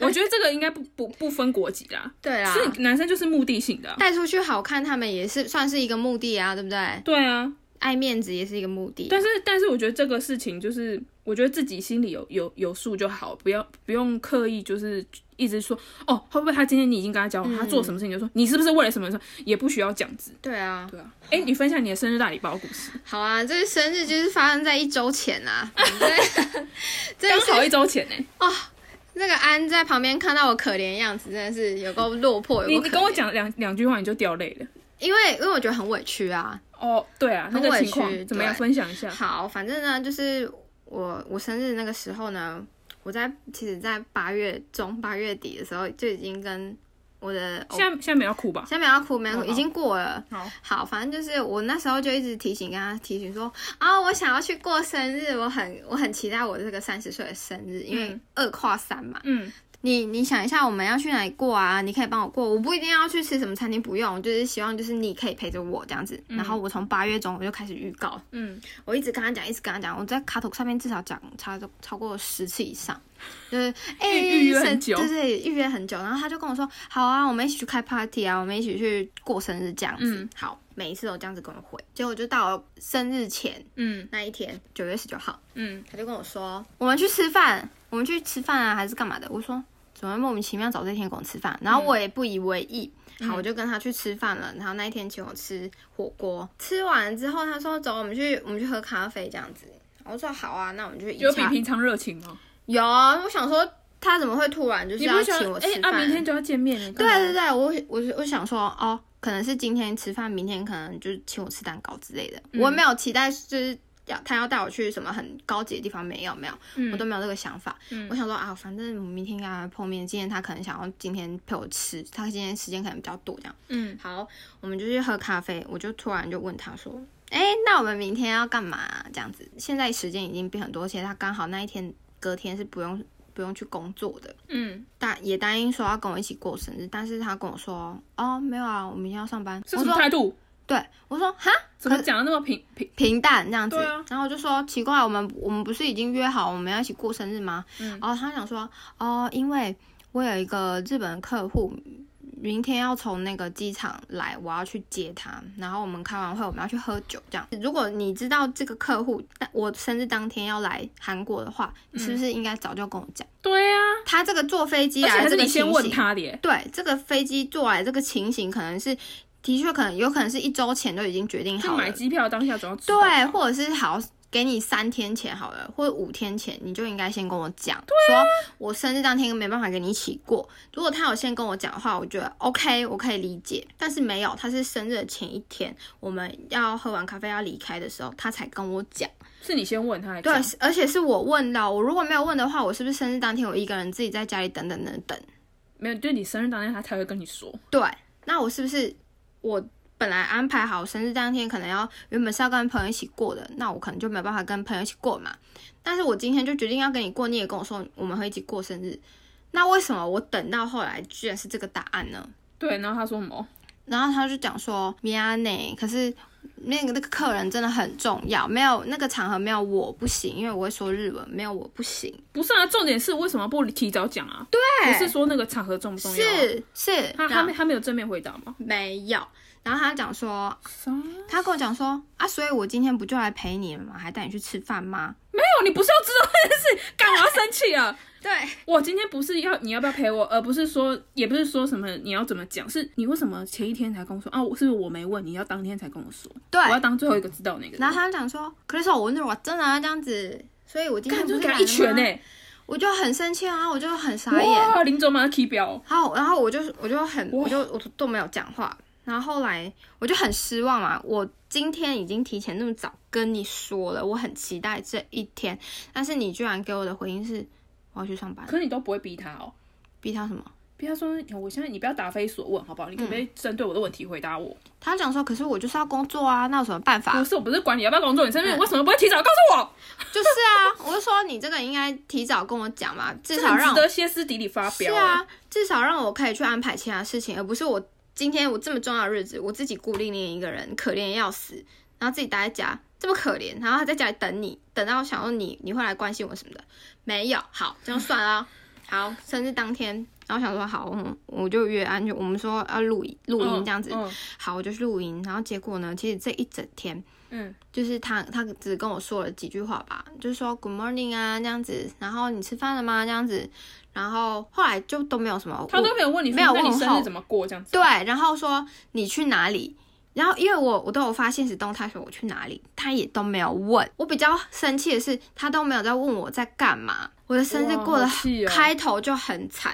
Speaker 2: 我觉得这个应该不不不分国籍啦，
Speaker 1: 对啊啦，
Speaker 2: 是男生就是目的性的啊、
Speaker 1: 带出去好看，他们也是算是一个目的啊，对不对？
Speaker 2: 对啊，
Speaker 1: 爱面子也是一个目的。
Speaker 2: 但是但是我觉得这个事情就是，我我觉得自己心里有有有数就好，不要不用刻意就是一直说哦，会不会他今天你已经跟他交
Speaker 1: 嗯
Speaker 2: 往，他做什么事情就说你是不是为了什么什么，也不需要这样子。
Speaker 1: 对啊，
Speaker 2: 对啊，哎、你分享你的生日大礼包故事，
Speaker 1: 好啊，这个生日就是发生在一周前
Speaker 2: (laughs)
Speaker 1: 啊。对，
Speaker 2: 刚
Speaker 1: 这
Speaker 2: 好一周前呢、
Speaker 1: 那个安在旁边看到我可怜的样子，真的是有够落魄。有够
Speaker 2: 你你跟我
Speaker 1: 可怜，
Speaker 2: 讲两两句话你就掉泪了。
Speaker 1: 因为因为我觉得很委屈啊，
Speaker 2: 哦，对啊，那
Speaker 1: 很
Speaker 2: 个
Speaker 1: 委
Speaker 2: 情况
Speaker 1: 屈
Speaker 2: 怎么样？
Speaker 1: 对
Speaker 2: 分享一下。
Speaker 1: 好，反正呢，就是我我生日那个时候呢，我在其实，在八月中八月底的时候就已经跟我的偶
Speaker 2: 现在现在没有哭吧？
Speaker 1: 现在没有要哭，没有哭，
Speaker 2: 哦
Speaker 1: 已经过了。
Speaker 2: 好，
Speaker 1: 好，反正就是我那时候就一直提醒，跟他提醒说啊、我想要去过生日，我很我很期待我这个三十岁的生日，因为
Speaker 2: 嗯
Speaker 1: 二跨三嘛。
Speaker 2: 嗯，
Speaker 1: 你你想一下，我们要去哪里过啊？你可以帮我过，我不一定要去吃什么餐厅，不用，就是希望就是你可以陪着我这样子。然后我从八月中我就开始预告，
Speaker 2: 嗯，
Speaker 1: 我一直跟他讲，一直跟他讲，我在卡头上面至少讲超超过十次以上，
Speaker 2: (laughs)
Speaker 1: 就是哎、
Speaker 2: 预预约很久
Speaker 1: 对对，预约很久。然后他就跟我说，好啊，我们一起去开 party 啊，我们一起去过生日这样子。
Speaker 2: 嗯
Speaker 1: 好，每一次都这样子跟我回，结果就到了生日前
Speaker 2: 嗯
Speaker 1: 那一天，九月十九号，
Speaker 2: 嗯，
Speaker 1: 他就跟我说，我们去吃饭，我们去吃饭啊，还是干嘛的？我说。怎么莫名其妙找这一天跟我吃饭？
Speaker 2: 嗯
Speaker 1: 然后我也不以为意，好，我就跟他去吃饭了。然后那一天请我吃火锅，吃完之后他说走，我们去我们去喝咖啡这样子。我说好啊，那我们就一
Speaker 2: 有比
Speaker 1: 起。
Speaker 2: 平常热情吗？
Speaker 1: 有啊，我想说他怎么会突然就是
Speaker 2: 你不
Speaker 1: 要
Speaker 2: 是想
Speaker 1: 请我吃
Speaker 2: 哎、
Speaker 1: 饭？
Speaker 2: 啊，明天就要见面了。
Speaker 1: 对啊
Speaker 2: 干嘛
Speaker 1: 对对，我我我想说哦，可能是今天吃饭，明天可能就请我吃蛋糕之类的。我没有期待就是要他要带我去什么很高级的地方，没有没有，我都没有这个想法。我想说啊，反正我们明天跟他碰面，今天他可能想要今天陪我吃，他今天时间可能比较多这样。
Speaker 2: 嗯，
Speaker 1: 好，我们就去喝咖啡，我就突然就问他说。哎、那我们明天要干嘛、这样子，现在时间已经变很多，而且他刚好那一天隔天是不用不用去工作的，
Speaker 2: 嗯，
Speaker 1: 答也答应说要跟我一起过生日，但是他跟我说，哦，没有啊，我明天要上班。
Speaker 2: 是
Speaker 1: 我
Speaker 2: 什么
Speaker 1: 说，
Speaker 2: 态度？
Speaker 1: 对，我说哈，
Speaker 2: 怎么讲的那么平平？
Speaker 1: 平淡这样子。
Speaker 2: 对啊
Speaker 1: 然后我就说奇怪，我们我们不是已经约好我们要一起过生日吗？
Speaker 2: 嗯
Speaker 1: 然后他想说，哦，因为我有一个日本客户。明天要从那个机场来，我要去接他，然后我们开完会，我们要去喝酒，这样。如果你知道这个客户，但我生日当天要来韩国的话，你是不是应该早就跟我讲？
Speaker 2: 对啊，
Speaker 1: 他这个坐飞机
Speaker 2: 嗯而且
Speaker 1: 来
Speaker 2: 还
Speaker 1: 啊这
Speaker 2: 是
Speaker 1: 个
Speaker 2: 你先
Speaker 1: 情
Speaker 2: 问
Speaker 1: 形，
Speaker 2: 他的耶。
Speaker 1: 对，这个飞机坐来这个情形，可能是的确可能有可能是一周前都已经决定
Speaker 2: 就
Speaker 1: 好
Speaker 2: 买
Speaker 1: 了，
Speaker 2: 机票当下总要知道
Speaker 1: 对，或者是好给你三天前好了，或者五天前，你就应该先跟我讲，
Speaker 2: 啊
Speaker 1: 说我生日当天没办法跟你一起过。如果他有先跟我讲的话，我觉得 OK，我可以理解。但是没有，他是生日的前一天，我们要喝完咖啡要离开的时候，他才跟我讲。
Speaker 2: 是你先问他还是
Speaker 1: 对
Speaker 2: 讲。，
Speaker 1: 是而且是我问到，我如果没有问的话，我是不是生日当天我一个人自己在家里等等等等？
Speaker 2: 没有，就你生日当天他才会跟你说。
Speaker 1: 对，那我是不是我本来安排好生日当天可能要原本是要跟朋友一起过的，那我可能就没有办法跟朋友一起过嘛。但是我今天就决定要跟你过，你也跟我说我们会一起过生日，那为什么我等到后来居然是这个答案呢？
Speaker 2: 对，然后他说什么？
Speaker 1: 然后他就讲说米亚内，可是那个那个客人真的很重要，没有那个场合没有我不行，因为我会说日文，没有我不行。
Speaker 2: 不是啊，重点是为什么不提早讲啊？对，不是说那个场合重不重要啊、
Speaker 1: 是是，
Speaker 2: 他他
Speaker 1: 然后
Speaker 2: 没他没有正面回答吗？哎
Speaker 1: 没有。然后他讲说，
Speaker 2: 啥？没
Speaker 1: 他跟我讲说啊，所以我今天不就来陪你了吗？还带你去吃饭吗？
Speaker 2: 有，你不是要知道这件事，干嘛要生气啊？
Speaker 1: 对，
Speaker 2: 我今天不是要你要不要陪我，而不是说也不是说什么你要怎么讲，是你为什么前一天才跟我说啊？我是不是我没问，你要当天才跟我说，
Speaker 1: 对
Speaker 2: 我要当最后一个知道那个人。
Speaker 1: 然后他就讲说，可是说我那我真的要这样子，所以我今天
Speaker 2: 干
Speaker 1: 不
Speaker 2: 就是给
Speaker 1: 来
Speaker 2: 他
Speaker 1: 了
Speaker 2: 一拳
Speaker 1: 吗
Speaker 2: 呢、
Speaker 1: 我就很生气啊，我就很傻眼。
Speaker 2: 哇，林总马上踢表，
Speaker 1: 然后，然后我就我就很
Speaker 2: 哇
Speaker 1: 我就我都都没有讲话。然后后来我就很失望嘛，我今天已经提前那么早跟你说了，我很期待这一天，但是你居然给我的回应是我要去上班，
Speaker 2: 可是你都不会逼他哦。
Speaker 1: 逼他什么？
Speaker 2: 逼他说，我现在你不要答非所问，好不好？你可不可以
Speaker 1: 嗯
Speaker 2: 针对我的问题回答我？
Speaker 1: 他讲说，可是我就是要工作啊，那有什么办法？
Speaker 2: 不是，我不是管你要不要工作，你身
Speaker 1: 嗯
Speaker 2: 边为什么不会提早告诉我？
Speaker 1: 就是啊，我就说你这个应该提早跟我讲嘛，至
Speaker 2: 这
Speaker 1: 少
Speaker 2: 很
Speaker 1: 让
Speaker 2: 值
Speaker 1: 我
Speaker 2: 得歇斯底里发
Speaker 1: 是
Speaker 2: 飙、欸。
Speaker 1: 啊，至少让我可以去安排其他事情，而不是我今天我这么重要的日子，我自己孤零零一个人，可怜得要死，然后自己待在家这么可怜，
Speaker 2: 嗯
Speaker 1: 然后还在家里等你，等到想说你你会来关心我什么的，没有，好，这样算了哦。好，生日当天，然后想说好，嗯我就约安就我们说要录影录音这样子，
Speaker 2: 嗯
Speaker 1: 好，我就去录音，然后结果呢，其实这一整天。
Speaker 2: 嗯
Speaker 1: 就是他，他只跟我说了几句话吧，就是说 Good morning 啊这样子，然后你吃饭了吗这样子，然后后来就都没有什么，
Speaker 2: 他都没有问你说，
Speaker 1: 没有
Speaker 2: 那你
Speaker 1: 问
Speaker 2: 生
Speaker 1: 候
Speaker 2: 日怎么过这样子？
Speaker 1: 对，然后说你去哪里？然后因为我我都有发现实动态说我去哪里，他也都没有问。我比较生气的是，他都没有在问我在干嘛。我的生日
Speaker 2: 哇
Speaker 1: 过得
Speaker 2: 好气哦
Speaker 1: 开头就很惨，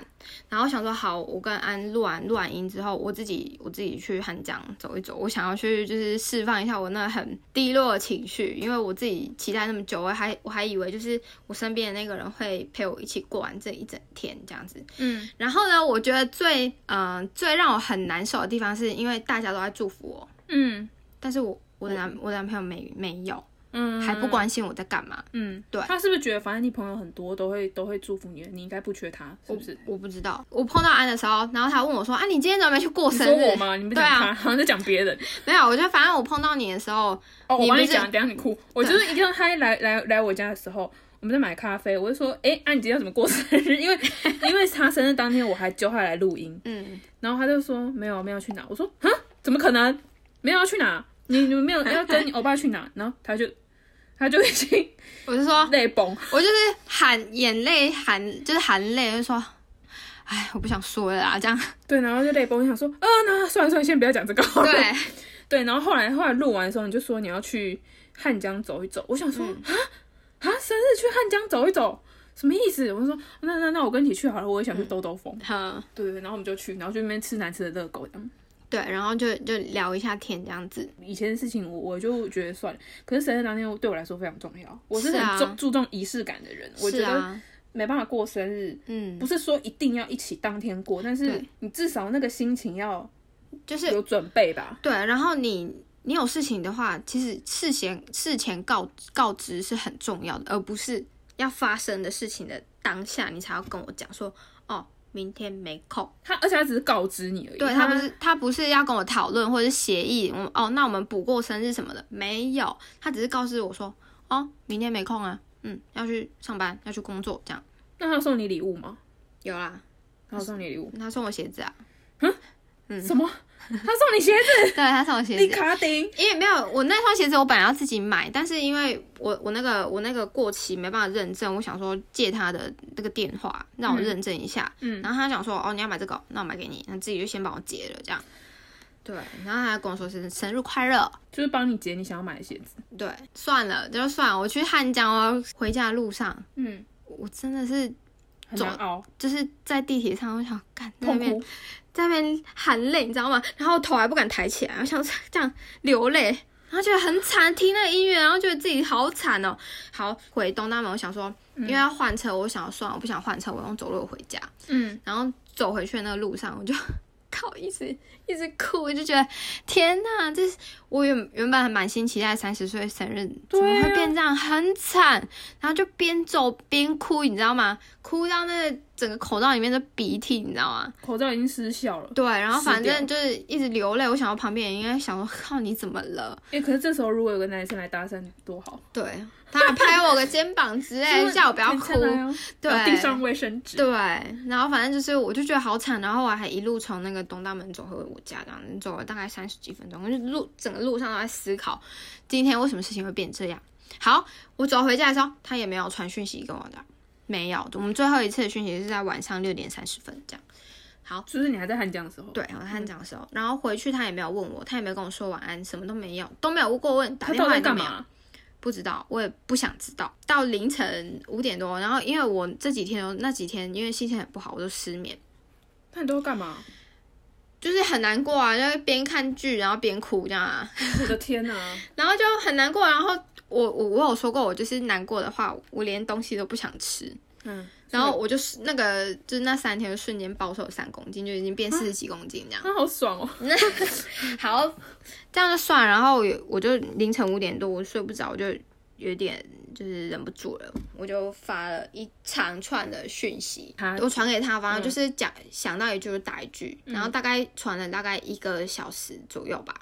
Speaker 1: 然后想说好，我跟安录完录完音之后，我自己我自己去汉江走一走，我想要去就是释放一下我那很低落的情绪，因为我自己期待那么久，我还我还以为就是我身边的那个人会陪我一起过完这一整天这样子，
Speaker 2: 嗯，
Speaker 1: 然后呢，我觉得最嗯、呃最让我很难受的地方，是因为大家都在祝福我，
Speaker 2: 嗯
Speaker 1: 但是我我的男我的男朋友没没有，
Speaker 2: 嗯，
Speaker 1: 还不关心我在干嘛，
Speaker 2: 嗯，
Speaker 1: 对
Speaker 2: 他是不是觉得反正你朋友很多都会都会祝福你的，你应该不缺他，是不是？
Speaker 1: 我不知道。我碰到安的时候，然后他问我说：“啊，你今天怎么没去过
Speaker 2: 你
Speaker 1: 生
Speaker 2: 说我
Speaker 1: 日
Speaker 2: 吗？你不
Speaker 1: 对
Speaker 2: 讲
Speaker 1: 啊
Speaker 2: 他， (laughs) 好像在讲别人。？”
Speaker 1: 没有，我就反正我碰到你的时候，
Speaker 2: 哦，我
Speaker 1: 你
Speaker 2: 帮
Speaker 1: 不
Speaker 2: 你
Speaker 1: 是
Speaker 2: 讲，等一下你哭。我就是一定要他来来来我家的时候，我们在买咖啡，我就说，哎、啊，你今天要怎么过生日？ (laughs) 因为因为他生日当天我还揪他来录音，
Speaker 1: 嗯，
Speaker 2: 然后他就说没有没有去哪，我说啊，怎么可能？没有要去哪？你你们没有要跟你欧巴去哪？然后他就他就已经
Speaker 1: 我就说，
Speaker 2: 泪崩，
Speaker 1: 我就是含眼泪含就是含泪，就说：“哎，我不想说了啦。”这
Speaker 2: (laughs)
Speaker 1: 样
Speaker 2: 对，然后就泪崩，我想说，啊，那算了算了，先不要讲这个好了。
Speaker 1: 对，
Speaker 2: 对，然后后来后来录完的时候，你就说你要去汉江走一走，我想
Speaker 1: 嗯
Speaker 2: 说啊啊、生日去汉江走一走，什么意思？我就说那那那我跟你一起去好了，我也想去兜兜风。
Speaker 1: 嗯，
Speaker 2: 对对对，然后我们就去，然后就那边吃难吃的热狗这样。
Speaker 1: 对，然后就就聊一下天这样子。
Speaker 2: 以前的事情我我就觉得算了，可是生日当天对我来说非常重要，我是
Speaker 1: 是
Speaker 2: 很
Speaker 1: 啊
Speaker 2: 重、注重仪式感的人，我觉
Speaker 1: 是
Speaker 2: 得
Speaker 1: 啊，
Speaker 2: 没办法过生日，
Speaker 1: 嗯，
Speaker 2: 不是说一定要一起当天过，但是
Speaker 1: 对
Speaker 2: 你至少那个心情要
Speaker 1: 就是
Speaker 2: 有准备吧。
Speaker 1: 对，然后你你有事情的话，其实事前事前告告知是很重要的，而不是要发生的事情的当下你才要跟我讲说哦，明天没空。
Speaker 2: 他而且他只是告知你而已，
Speaker 1: 对他不是他不是要跟我讨论或者是协议，我哦，那我们补过生日什么的没有，他只是告知我说哦，明天没空啊，嗯，要去上班，要去工作这样。
Speaker 2: 那他送你礼物吗？
Speaker 1: 有啦，
Speaker 2: 他有送你礼物？
Speaker 1: 他送我鞋子啊， (laughs)
Speaker 2: 什么？他送你鞋子？
Speaker 1: 对他送我鞋子，啊
Speaker 2: 你卡丁？
Speaker 1: 因为没有我那双鞋子，我本来要自己买，但是因为我我那个我那个过期没办法认证，我想说借他的那个电话让我认证一下，
Speaker 2: 嗯
Speaker 1: 然后他讲说哦你要买这个哦，那我买给你，那自己就先帮我结了这样，对，然后他还跟我说是生日快乐，
Speaker 2: 就是帮你解你想要买的鞋子。
Speaker 1: 对，算了，就算了，我去汉江哦，回家的路上，
Speaker 2: 嗯，
Speaker 1: 我真的是
Speaker 2: 很难熬，
Speaker 1: 就是在地铁上，我想干在那
Speaker 2: 痛
Speaker 1: 边
Speaker 2: 哭。
Speaker 1: 在那边含泪，你知道吗？然后头还不敢抬起来，我想这样流泪，然后觉得很惨，听那个音乐，然后觉得自己好惨哦。好，回东大门，我想说，因为要换车，我想算了，我不想换车，我用走路回家。
Speaker 2: 嗯，
Speaker 1: 然后走回去的那个路上，我就靠一直一直哭，我就觉得天哪，这是我原原本还满心期待三十岁生日，怎
Speaker 2: 对啊
Speaker 1: 么会变这样，很惨。然后就边走边哭，你知道吗？哭到那个整个口罩里面的鼻涕，你知道吗？
Speaker 2: 口罩已经失效了。
Speaker 1: 对，然后
Speaker 2: 撕
Speaker 1: 反
Speaker 2: 掉
Speaker 1: 正就是一直流泪。我想到旁边人应该想说：“靠，你怎么了
Speaker 2: 哎、可是这时候如果有个男生来搭讪，多好！”。
Speaker 1: 对，他还拍我个肩膀之类，叫我不要
Speaker 2: 你
Speaker 1: 哭
Speaker 2: 看。来哦
Speaker 1: 对
Speaker 2: 然后递上卫生纸。
Speaker 1: 对，然后反正就是，我就觉得好惨。然后我还一路从那个东大门走回我家，这样子走了大概三十几分钟，就路整个路上都在思考，今天为什么事情会变这样。好，我走回家的时候，他也没有传讯息给我的，没有。我们最后一次的讯息是在晚上六点三十分这样。
Speaker 2: 就是你还在汉江的时候，
Speaker 1: 对，我看讲的时候，然后回去他也没有问我，他也没有跟我说晚安，什么都没有，都没有过问，打
Speaker 2: 他
Speaker 1: 电
Speaker 2: 到
Speaker 1: 话
Speaker 2: 底在
Speaker 1: 也都
Speaker 2: 干
Speaker 1: 没有，
Speaker 2: 嘛？
Speaker 1: 不知道，我也不想知道。到凌晨五点多，然后因为我这几天哦那几天因为心情很不好，我就失眠，
Speaker 2: 那你都要干嘛？ (laughs)
Speaker 1: 就是很难过啊，就是边看剧然后边哭这样啊，
Speaker 2: 我的天哪、
Speaker 1: 然后就很难过。然后我我我有说过，我就是难过的话，我连东西都不想吃。
Speaker 2: 嗯，
Speaker 1: 然后我就是那个，就是那三天就瞬间暴瘦三公斤，就已经变四十几公斤这样。
Speaker 2: 那好爽哦。 (laughs)
Speaker 1: 好，这样就算了。然后我也我就凌晨五点多，我睡不着，我就有点就是忍不住了，我就发了一长串的讯息
Speaker 2: 他，
Speaker 1: 我传给他，
Speaker 2: 嗯
Speaker 1: 反正就是讲、想到一句就打一句，然后大概传了大概一个小时左右吧，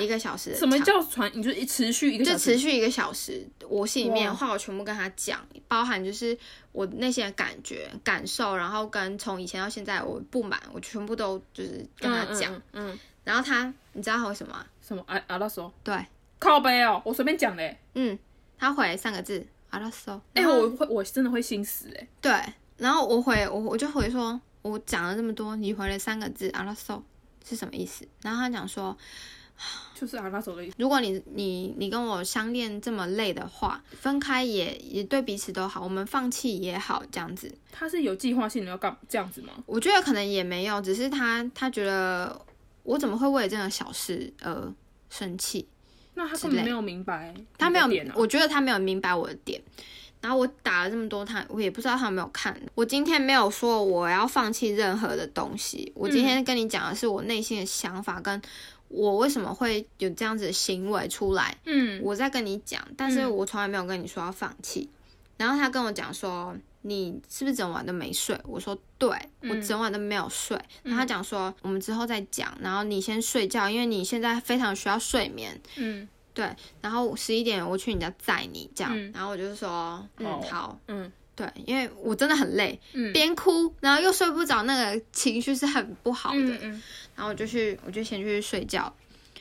Speaker 1: 一个小时的
Speaker 2: 什么
Speaker 1: 长
Speaker 2: 叫传？你就是一持续一个
Speaker 1: 就
Speaker 2: 小时
Speaker 1: 持续一个小时，我心里面的
Speaker 2: 哇
Speaker 1: 话，我全部跟他讲，包含就是我那些感觉、感受，然后跟从以前到现在我不满，我全部都就是跟他讲。，
Speaker 2: 嗯，嗯
Speaker 1: 然后他，你知道他回什么吗？
Speaker 2: 什么啊啊那时候
Speaker 1: 对，
Speaker 2: 靠背哦，我随便讲嘞，
Speaker 1: 嗯，他回三个字，阿拉索。
Speaker 2: 哎，
Speaker 1: 然后
Speaker 2: 我会我真的会心死哎，
Speaker 1: 对，然后我回我我就回说，我讲了这么多，你回了三个字阿拉索是什么意思？然后他讲说，
Speaker 2: 就是啊那时候的意思，
Speaker 1: 如果你你你跟我相恋这么累的话，分开也也对彼此都好，我们放弃也好，这样子。
Speaker 2: 他是有计划性的要干这样子吗？
Speaker 1: 我觉得可能也没有，只是他他觉得我怎么会为了这种小事而生气？
Speaker 2: 那他根
Speaker 1: 之
Speaker 2: 本
Speaker 1: 类
Speaker 2: 没有明白你的点啊，
Speaker 1: 他没有，我觉得他没有明白我的点。然后我打了这么多他，我也不知道他有没有看。我今天没有说我要放弃任何的东西，我今天跟你讲的是我内心的想法，跟我为什么会有这样子的行为出来。
Speaker 2: 嗯，
Speaker 1: 我在跟你讲，但是
Speaker 2: 嗯
Speaker 1: 我从来没有跟你说要放弃。然后他跟我讲说，你是不是整晚都没睡？我说对，
Speaker 2: 嗯
Speaker 1: 我整晚都没有睡。然后他讲说，我们之后再讲，然后你先睡觉，因为你现在非常需要睡眠。
Speaker 2: 嗯
Speaker 1: 对，然后十一点我去你家载你，这样。
Speaker 2: 嗯
Speaker 1: 然后我就说，嗯，
Speaker 2: 哦
Speaker 1: 好。
Speaker 2: 嗯
Speaker 1: 对，因为我真的很累，
Speaker 2: 嗯
Speaker 1: 边哭然后又睡不着，那个情绪是很不好的。
Speaker 2: 嗯嗯，
Speaker 1: 然后我就去，我就先去睡觉。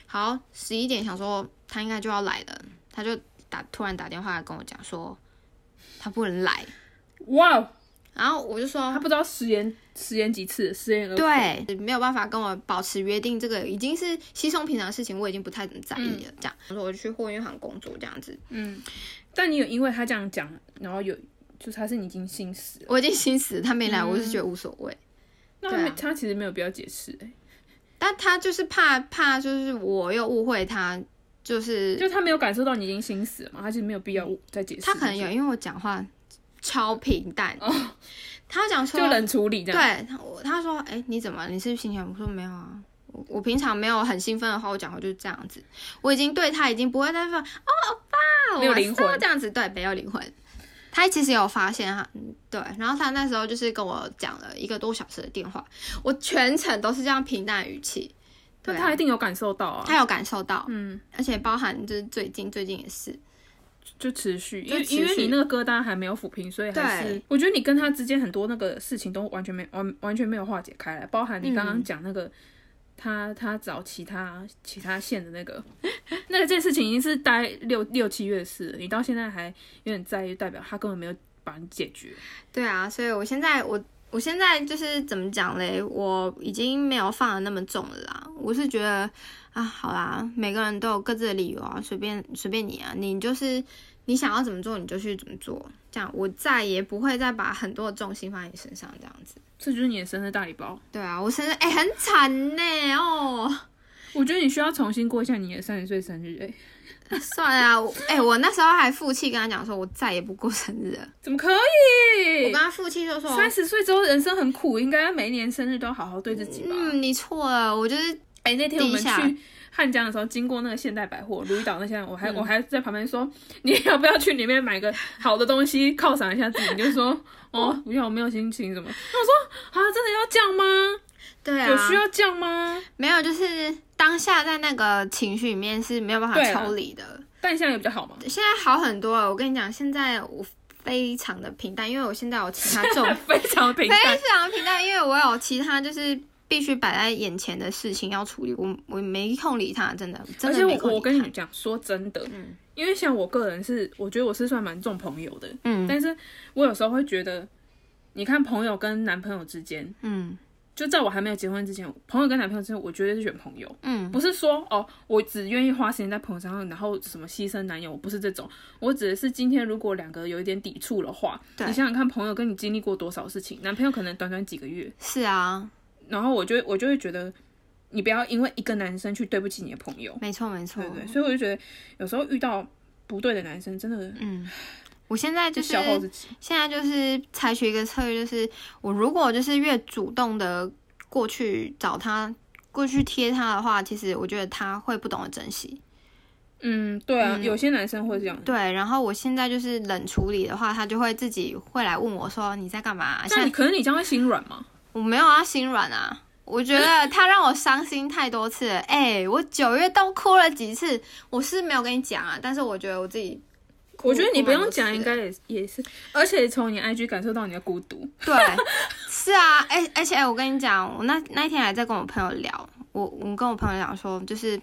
Speaker 1: 好，十一点想说他应该就要来了，他就打突然打电话来跟我讲说他不能来，
Speaker 2: 哇哦，
Speaker 1: 然后我就
Speaker 2: 他
Speaker 1: 说
Speaker 2: 不知道食言食言几次，食言而过，
Speaker 1: 对，没有办法跟我保持约定，这个已经是稀松平常的事情，我已经不太怎么在意了。这样，我说我就去货运行工作这样子，
Speaker 2: 嗯，但你有因为他这样讲，然后有就是他是你已经心死了，
Speaker 1: 我已经心死了，他没来，我是觉得无所谓。
Speaker 2: 那
Speaker 1: 对
Speaker 2: 他,、
Speaker 1: 啊
Speaker 2: 他其实没有必要解释、欸，
Speaker 1: 但他就是怕怕，就是我又误会他，就是
Speaker 2: 就他没有感受到你已经心死了嘛，他其实没有必要再解释。
Speaker 1: 他可能有，因为我讲话超平淡，他讲说
Speaker 2: 就冷处理这样，
Speaker 1: 对，他我他说，哎、你怎么？你是不是心情很不错？我说没有啊，我我平常没有很兴奋的话，我讲话就是这样子。我已经对他已经不会再说哦，欧巴，
Speaker 2: 没有
Speaker 1: 我
Speaker 2: 灵
Speaker 1: 是要
Speaker 2: 魂
Speaker 1: 这样子，对，没有灵魂。他其实有发现哈，嗯对，然后他那时候就是跟我讲了一个多小时的电话，我全程都是这样平淡的语气，对
Speaker 2: 但
Speaker 1: 啊
Speaker 2: 他一定有感受到啊，
Speaker 1: 他有感受到，
Speaker 2: 嗯，
Speaker 1: 而且包含就是最近最近也是，
Speaker 2: 就持续，因
Speaker 1: 就
Speaker 2: 为
Speaker 1: 持续
Speaker 2: 因为你那个疙瘩还没有抚平，所以还是
Speaker 1: 对
Speaker 2: 我觉得你跟他之间很多那个事情都完全没完完全没有化解开来，包含你刚刚
Speaker 1: 嗯
Speaker 2: 讲那个。他他找其他其他县的那个， (laughs) 那个这件事情已经是待六六七月的事了，你到现在还有点在意，代表他根本没有把你解决。
Speaker 1: 对啊，所以我现在我我现在就是怎么讲嘞？我已经没有放的那么重了啦。我是觉得啊，好啦，每个人都有各自的理由啊，随便随便你啊，你就是你想要怎么做你就去怎么做，这样我再也不会再把很多的重心放在你身上这样子。
Speaker 2: 这就是你的生日大礼包。
Speaker 1: 对啊，我生日哎、很惨呢哦，
Speaker 2: 我觉得你需要重新过一下你的三十岁生日、哎，
Speaker 1: 算了啊，我哎、我那时候还负气跟他讲说，我再也不过生日了。
Speaker 2: 怎么可
Speaker 1: 我
Speaker 2: 以
Speaker 1: 跟？他负气就说，
Speaker 2: 三十岁之后人生很苦，应该每一年生日都好好对自己吧。哎、
Speaker 1: 嗯，你错了，我就是
Speaker 2: 那天我
Speaker 1: 低
Speaker 2: 们
Speaker 1: 下
Speaker 2: 去汉江的时候，经过那个现代百货，如意岛那些，我还、
Speaker 1: 嗯
Speaker 2: 我还在旁边说，你要不要去里面买个好的东西犒赏一下自己？你就
Speaker 1: (laughs)
Speaker 2: 说，哦，不要，我没有心情什么。那我说，啊，真的要这样吗？
Speaker 1: 对啊，
Speaker 2: 有需要这样吗？
Speaker 1: 没有，就是当下在那个情绪里面是没有办法
Speaker 2: 对啊
Speaker 1: 抽离的。
Speaker 2: 但现在有比较好吗？
Speaker 1: 现在好很多了，我跟你讲，现在我非常的平淡，因为我现在有其他
Speaker 2: (laughs)
Speaker 1: 重，
Speaker 2: 非常
Speaker 1: 非
Speaker 2: 平淡。
Speaker 1: 常平淡，因为我有其他就是必须摆在眼前的事情要处理，我我没空理他，真的，真
Speaker 2: 而
Speaker 1: 的
Speaker 2: 且
Speaker 1: 没空
Speaker 2: 我
Speaker 1: 理
Speaker 2: 我跟
Speaker 1: 他
Speaker 2: 你讲，说真的，因为像我个人是，我觉得我是算蛮重朋友的，
Speaker 1: 嗯
Speaker 2: 但是我有时候会觉得，你看朋友跟男朋友之间，
Speaker 1: 嗯
Speaker 2: 就在我还没有结婚之前，朋友跟男朋友之间，我绝对是选朋友，
Speaker 1: 嗯
Speaker 2: 不是说哦，我只愿意花时间在朋友身上，然后什么牺牲男友，我不是这种，我指的是今天如果两个有一点抵触的话，
Speaker 1: 对
Speaker 2: 你想想看，朋友跟你经历过多少事情，男朋友可能短短几个月，
Speaker 1: 是啊，
Speaker 2: 然后我就我就会觉得，你不要因为一个男生去对不起你的朋友，
Speaker 1: 没错没错
Speaker 2: 对，不对？所以我就觉得有时候遇到不对的男生，真的
Speaker 1: 嗯，我现在就是
Speaker 2: 消耗自己。
Speaker 1: 现在就是采取一个策略，就是我如果就是越主动的过去找他、过去贴他的话，其实我觉得他会不懂得珍惜。
Speaker 2: 嗯，对啊，有些男生会这样。
Speaker 1: 对，然后我现在就是冷处理的话，他就会自己会来问我说你在干嘛、现
Speaker 2: 那
Speaker 1: 在
Speaker 2: 你可能你这样会心软吗？
Speaker 1: 我没有要心软啊。我觉得他让我伤心太多次了，哎、我九月都哭了几次，我是没有跟你讲啊，但是我觉得我自己
Speaker 2: 我觉得你不用
Speaker 1: 哭
Speaker 2: 讲，
Speaker 1: 蛮多次
Speaker 2: 应该也也是，而且从你 IG 感受到你的孤独。
Speaker 1: 对，是啊，哎、而且、哎我跟你讲，我那那一天还在跟我朋友聊，我我跟我朋友聊说，就是，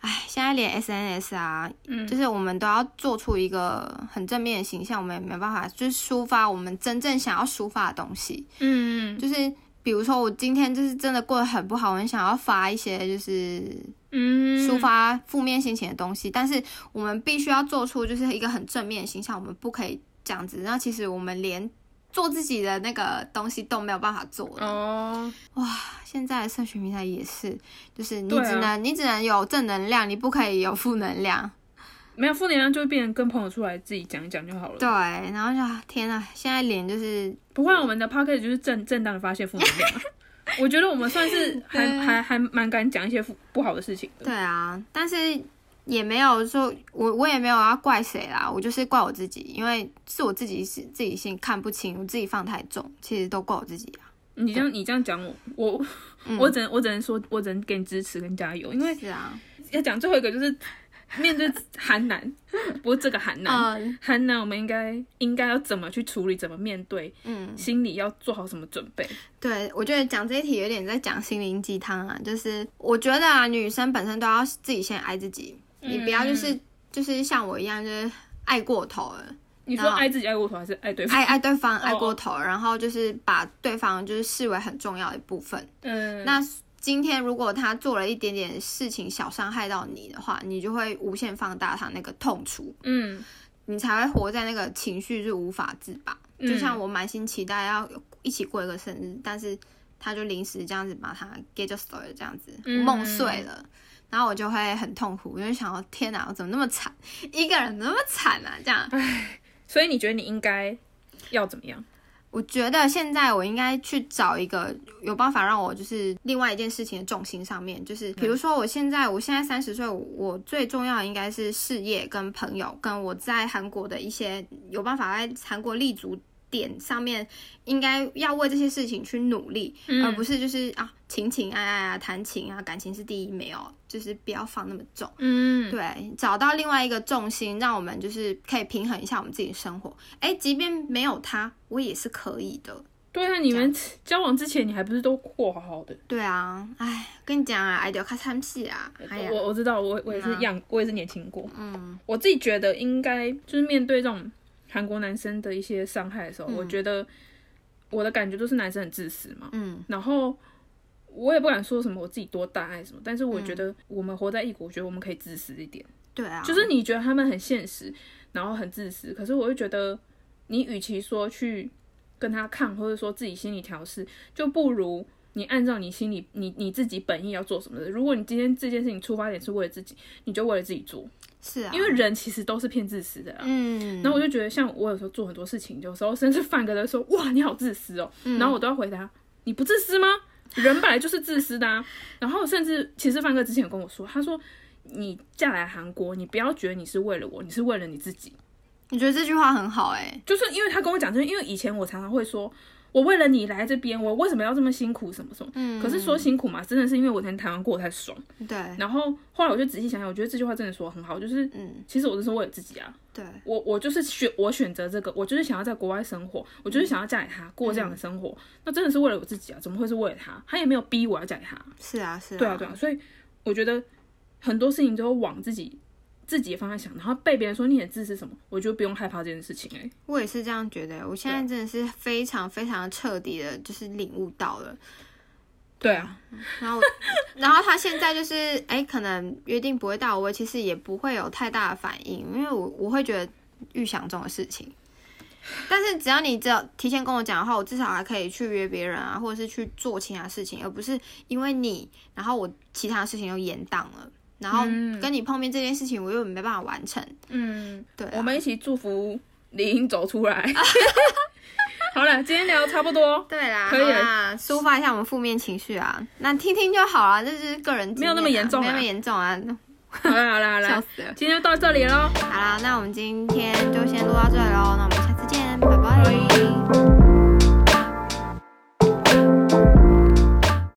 Speaker 1: 哎，现在连 SNS 啊，
Speaker 2: 嗯
Speaker 1: 就是我们都要做出一个很正面的形象，我们也没办法，就是抒发我们真正想要抒发的东西。
Speaker 2: 嗯
Speaker 1: 就是比如说，我今天就是真的过得很不好，我很想要发一些就是
Speaker 2: 嗯
Speaker 1: 抒发负面心情的东西，但是我们必须要做出就是一个很正面的形象，我们不可以这样子。那其实我们连做自己的那个东西都没有办法做了。
Speaker 2: 哦，
Speaker 1: 现在的社群平台也是，就是你
Speaker 2: 对啊
Speaker 1: 只能、你只能有正能量，你不可以有负能量。
Speaker 2: 没有负能量就会变成跟朋友出来自己讲一讲就好了。
Speaker 1: 对，然后就啊天啊，现在脸就是
Speaker 2: 不会啊，我们的 p o c k e t 就是正正当的发泄负能
Speaker 1: (laughs)
Speaker 2: 量啊。我觉得我们算是还
Speaker 1: 对
Speaker 2: 还还蛮敢讲一些负不好的事情的。
Speaker 1: 对啊，但是也没有说，我我也没有要怪谁啦，我就是怪我自己，因为是我自己是自己先看不清，我自己放太重，其实都怪我自己啊。
Speaker 2: 你这样你这样讲我我、
Speaker 1: 嗯
Speaker 2: 我只能我只能说我只能给你支持跟加油，因为
Speaker 1: 是啊，
Speaker 2: 要讲最后一个就是面对韩男， (laughs) 不是这个韩男，
Speaker 1: 嗯
Speaker 2: 韩、男我们应该应该要怎么去处理，怎么面对，
Speaker 1: 嗯，
Speaker 2: 心里要做好什么准备。
Speaker 1: 对，我觉得讲这一题有点在讲心灵鸡汤啊，就是我觉得啊，女生本身都要自己先爱自己，你不要
Speaker 2: 嗯
Speaker 1: 就是就是像我一样，就是爱过头了，
Speaker 2: 你说
Speaker 1: 然后
Speaker 2: 爱自己爱过头还是爱对方？
Speaker 1: 爱爱对方爱
Speaker 2: 哦
Speaker 1: 过头，然后就是把对方就是视为很重要的一部分。
Speaker 2: 嗯，
Speaker 1: 那今天如果他做了一点点事情小伤害到你的话，你就会无限放大他那个痛楚，
Speaker 2: 嗯
Speaker 1: 你才会活在那个情绪是无法自拔。
Speaker 2: 嗯
Speaker 1: 就像我满心期待要一起过一个生日，但是他就临时这样子把他 get 就 s t o 这样子
Speaker 2: 嗯
Speaker 1: 梦碎了。然后我就会很痛苦，我就想说，天哪，我怎么那么惨，一个人怎么那么惨啊？这样，
Speaker 2: 所以你觉得你应该要怎么样？
Speaker 1: 我觉得现在我应该去找一个有办法让我就是另外一件事情的重心上面，就是比如说我现在我现在三十岁，我我最重要的应该是事业跟朋友，跟我在韩国的一些有办法在韩国立足点上面，应该要为这些事情去努力，而不是就是啊情情爱爱啊谈情啊感情是第一没有，就是不要放那么重。
Speaker 2: 嗯，
Speaker 1: 对，找到另外一个重心，让我们就是可以平衡一下我们自己的生活。哎，即便没有他，我也是可以的。
Speaker 2: 对啊，你们交往之前你还不是都过好好的？
Speaker 1: 对啊，哎，跟你讲啊，爱就看参戏啊，哎呀，
Speaker 2: 我我知道，我我也是
Speaker 1: 嗯啊
Speaker 2: 样，我也是年轻过。
Speaker 1: 嗯
Speaker 2: 我自己觉得应该就是面对这种韩国男生的一些伤害的
Speaker 1: 嗯
Speaker 2: 时候，我觉得我的感觉就是男生很自私嘛。
Speaker 1: 嗯
Speaker 2: 然后我也不敢说什么我自己多大爱什么，但是
Speaker 1: 嗯
Speaker 2: 我觉得我们活在异国，我觉得我们可以自私一点。
Speaker 1: 对啊，
Speaker 2: 就是你觉得他们很现实，然后很自私，可是我会觉得，你与其说去跟他抗，或者说自己心里调试，就不如你按照你心里你你自己本意要做什么的。如果你今天这件事情出发点是为了自己，你就为了自己做，
Speaker 1: 是啊，
Speaker 2: 因为人其实都是偏自私的啊。
Speaker 1: 嗯，
Speaker 2: 然后我就觉得，像我有时候做很多事情，有时候甚至范哥都说：“哇，你好自私哦。
Speaker 1: 嗯
Speaker 2: 然后我都要回答：“你不自私吗？人本来就是自私的啊。”然后甚至其实范哥之前有跟我说，他说：“你嫁来韩国，你不要觉得你是为了我，你是为了你自己。
Speaker 1: 你觉得这句话很好哎、”
Speaker 2: 就是因为他跟我讲，就是因为以前我常常会说。我为了你来这边，我为什么要这么辛苦？什么什么？
Speaker 1: 嗯
Speaker 2: 可是说辛苦嘛，真的是因为我在台湾过得太爽。
Speaker 1: 对，
Speaker 2: 然后后来我就仔细想想，我觉得这句话真的说得很好，就是
Speaker 1: 嗯
Speaker 2: 其实我就是为了自己啊。
Speaker 1: 对，
Speaker 2: 我我就是选我选择这个，我就是想要在国外生活，我就是想要嫁给他过这样的生活，那真的是为了我自己啊，怎么会是为了他？他也没有逼我要嫁给他，
Speaker 1: 是啊是啊，
Speaker 2: 对啊对啊，所以我觉得很多事情都要往自己自己的方向想，然后被别人说你很自私什么，我就不用害怕这件事情哎、欸，
Speaker 1: 我也是这样觉得欸、我现在
Speaker 2: 啊
Speaker 1: 真的是非常非常彻底的，就是领悟到了。
Speaker 2: 对啊，
Speaker 1: 然后， (laughs) 然后他现在就是，哎、可能约定不会到位，其实也不会有太大的反应，因为我我会觉得预想中的事情。但是只要你只要提前跟我讲的话，我至少还可以去约别人啊，或者是去做其他事情，而不是因为你，然后我其他事情又延档了，然后
Speaker 2: 嗯
Speaker 1: 跟你碰面这件事情我又没办法完成。
Speaker 2: 嗯，
Speaker 1: 对啊
Speaker 2: 我们一起祝福李英走出来。 (laughs) 好了，今天聊得差不多，
Speaker 1: 对啦，
Speaker 2: 可以
Speaker 1: 好啦，抒发一下我们负面情绪啊，那听听就好啦，这是个人经验啊、
Speaker 2: 没有那么严重啊啊
Speaker 1: 没有那么严重啊，
Speaker 2: 好了好了好
Speaker 1: 笑
Speaker 2: 了，
Speaker 1: 死了。
Speaker 2: 今天就到这里喽。
Speaker 1: 好啦，那我们今天就先录到这里喽，那我们下